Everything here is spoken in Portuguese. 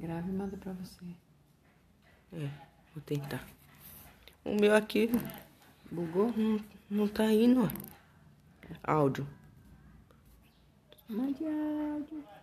Grave e manda pra você. É, vou tentar. O meu aqui Bugou? não, não tá indo, ó. Áudio. Mande áudio.